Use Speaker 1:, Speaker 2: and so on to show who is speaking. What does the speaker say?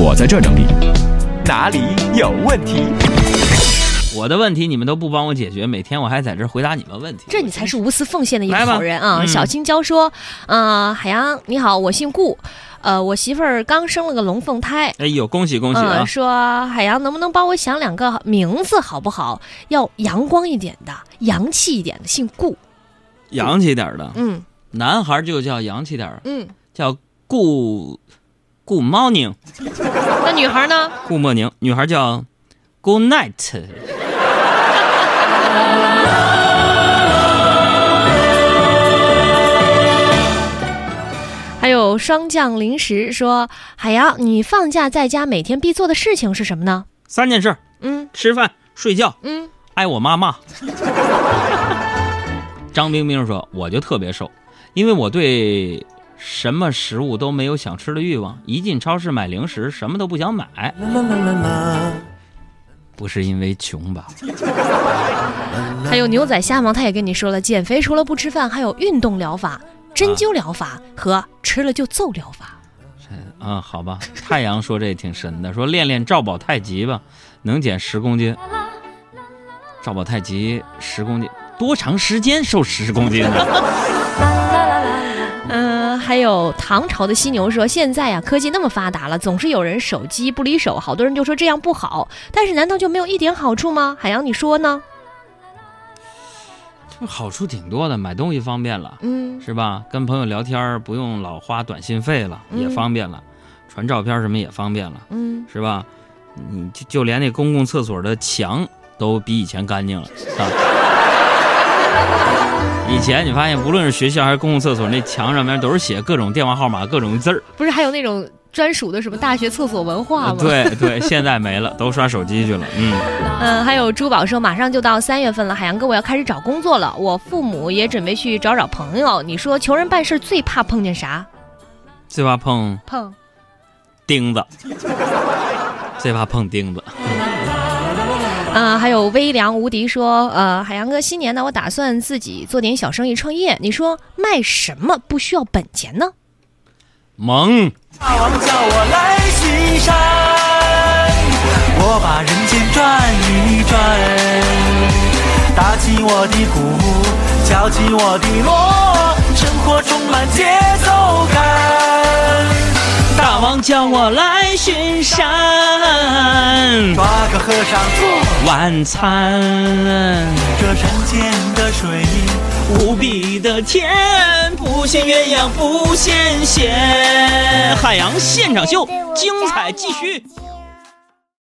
Speaker 1: 我在这整理。哪里有问题？
Speaker 2: 我的问题你们都不帮我解决，每天我还在这儿回答你们问题。
Speaker 3: 这你才是无私奉献的一个
Speaker 2: 来吧
Speaker 3: 好人啊！
Speaker 2: 嗯
Speaker 3: 小青椒说：“啊、海洋你好，我姓顾，呃，我媳妇儿刚生了个龙凤胎，
Speaker 2: 哎呦，恭喜恭喜啊
Speaker 3: 嗯，！说海洋能不能帮我想两个名字好不好？要阳光一点的，洋气一点的，姓顾。
Speaker 2: 洋气点儿的，
Speaker 3: 嗯
Speaker 2: 男孩就叫洋气点儿，
Speaker 3: 嗯，
Speaker 2: 叫顾顾 morning，
Speaker 3: 那女孩呢？
Speaker 2: 顾莫宁，女孩叫 good night。
Speaker 3: 还有霜降零食说，海洋，你放假在家每天必做的事情是什么呢？
Speaker 2: 三件事儿：
Speaker 3: 嗯
Speaker 2: 吃饭、睡觉、
Speaker 3: 嗯，
Speaker 2: 挨我妈 骂。张冰冰说：“我就特别瘦，因为我对什么食物都没有想吃的欲望，一进超市买零食，什么都不想买。不是因为穷吧？
Speaker 3: 还有牛仔虾王，他也跟你说了，减肥除了不吃饭，还有运动疗法、针灸疗法和吃了就揍疗法。
Speaker 2: 啊，好吧。太阳说这挺神的，说练练赵宝太极吧，能减十公斤。赵宝太极十公斤，多长时间瘦十公斤呢？”
Speaker 3: 嗯、还有唐朝的犀牛说，现在呀、科技那么发达了，总是有人手机不离手，好多人就说这样不好，但是难道就没有一点好处吗？海洋，你说呢？
Speaker 2: 就好处挺多的，买东西方便了，
Speaker 3: 嗯
Speaker 2: 是吧？跟朋友聊天儿不用老花短信费了，
Speaker 3: 嗯
Speaker 2: 也方便了，传照片儿什么也方便了，
Speaker 3: 嗯，
Speaker 2: 是吧？你就就连那公共厕所的墙都比以前干净了啊！以前你发现，无论是学校还是公共厕所，那墙上面都是写各种电话号码、各种字儿。
Speaker 3: 不是还有那种专属的什么大学厕所文化
Speaker 2: 啊
Speaker 3: 吗？
Speaker 2: 对对，现在没了，都刷手机去了。嗯，
Speaker 3: 嗯，还有珠宝说马上就到三月份了，海洋哥，我要开始找工作了，我父母也准备去找找朋友。你说求人办事最怕碰见啥？
Speaker 2: 最怕碰
Speaker 3: 碰
Speaker 2: 钉子，最怕碰钉子。
Speaker 3: 啊、还有微凉无敌说，呃，海洋哥，新年呢，我打算自己做点小生意创业。你说卖什么不需要本钱呢？
Speaker 2: 萌，
Speaker 4: 大王叫我来巡山，我把人间转一转，打起我的鼓，敲起我的锣，生活充满节奏感。
Speaker 2: 大王叫我来巡山，
Speaker 4: 抓个和尚做
Speaker 2: 晚餐
Speaker 4: 这山间的水，
Speaker 2: 无比的甜，不羡鸳鸯不羡仙。海洋现场秀，精彩继续。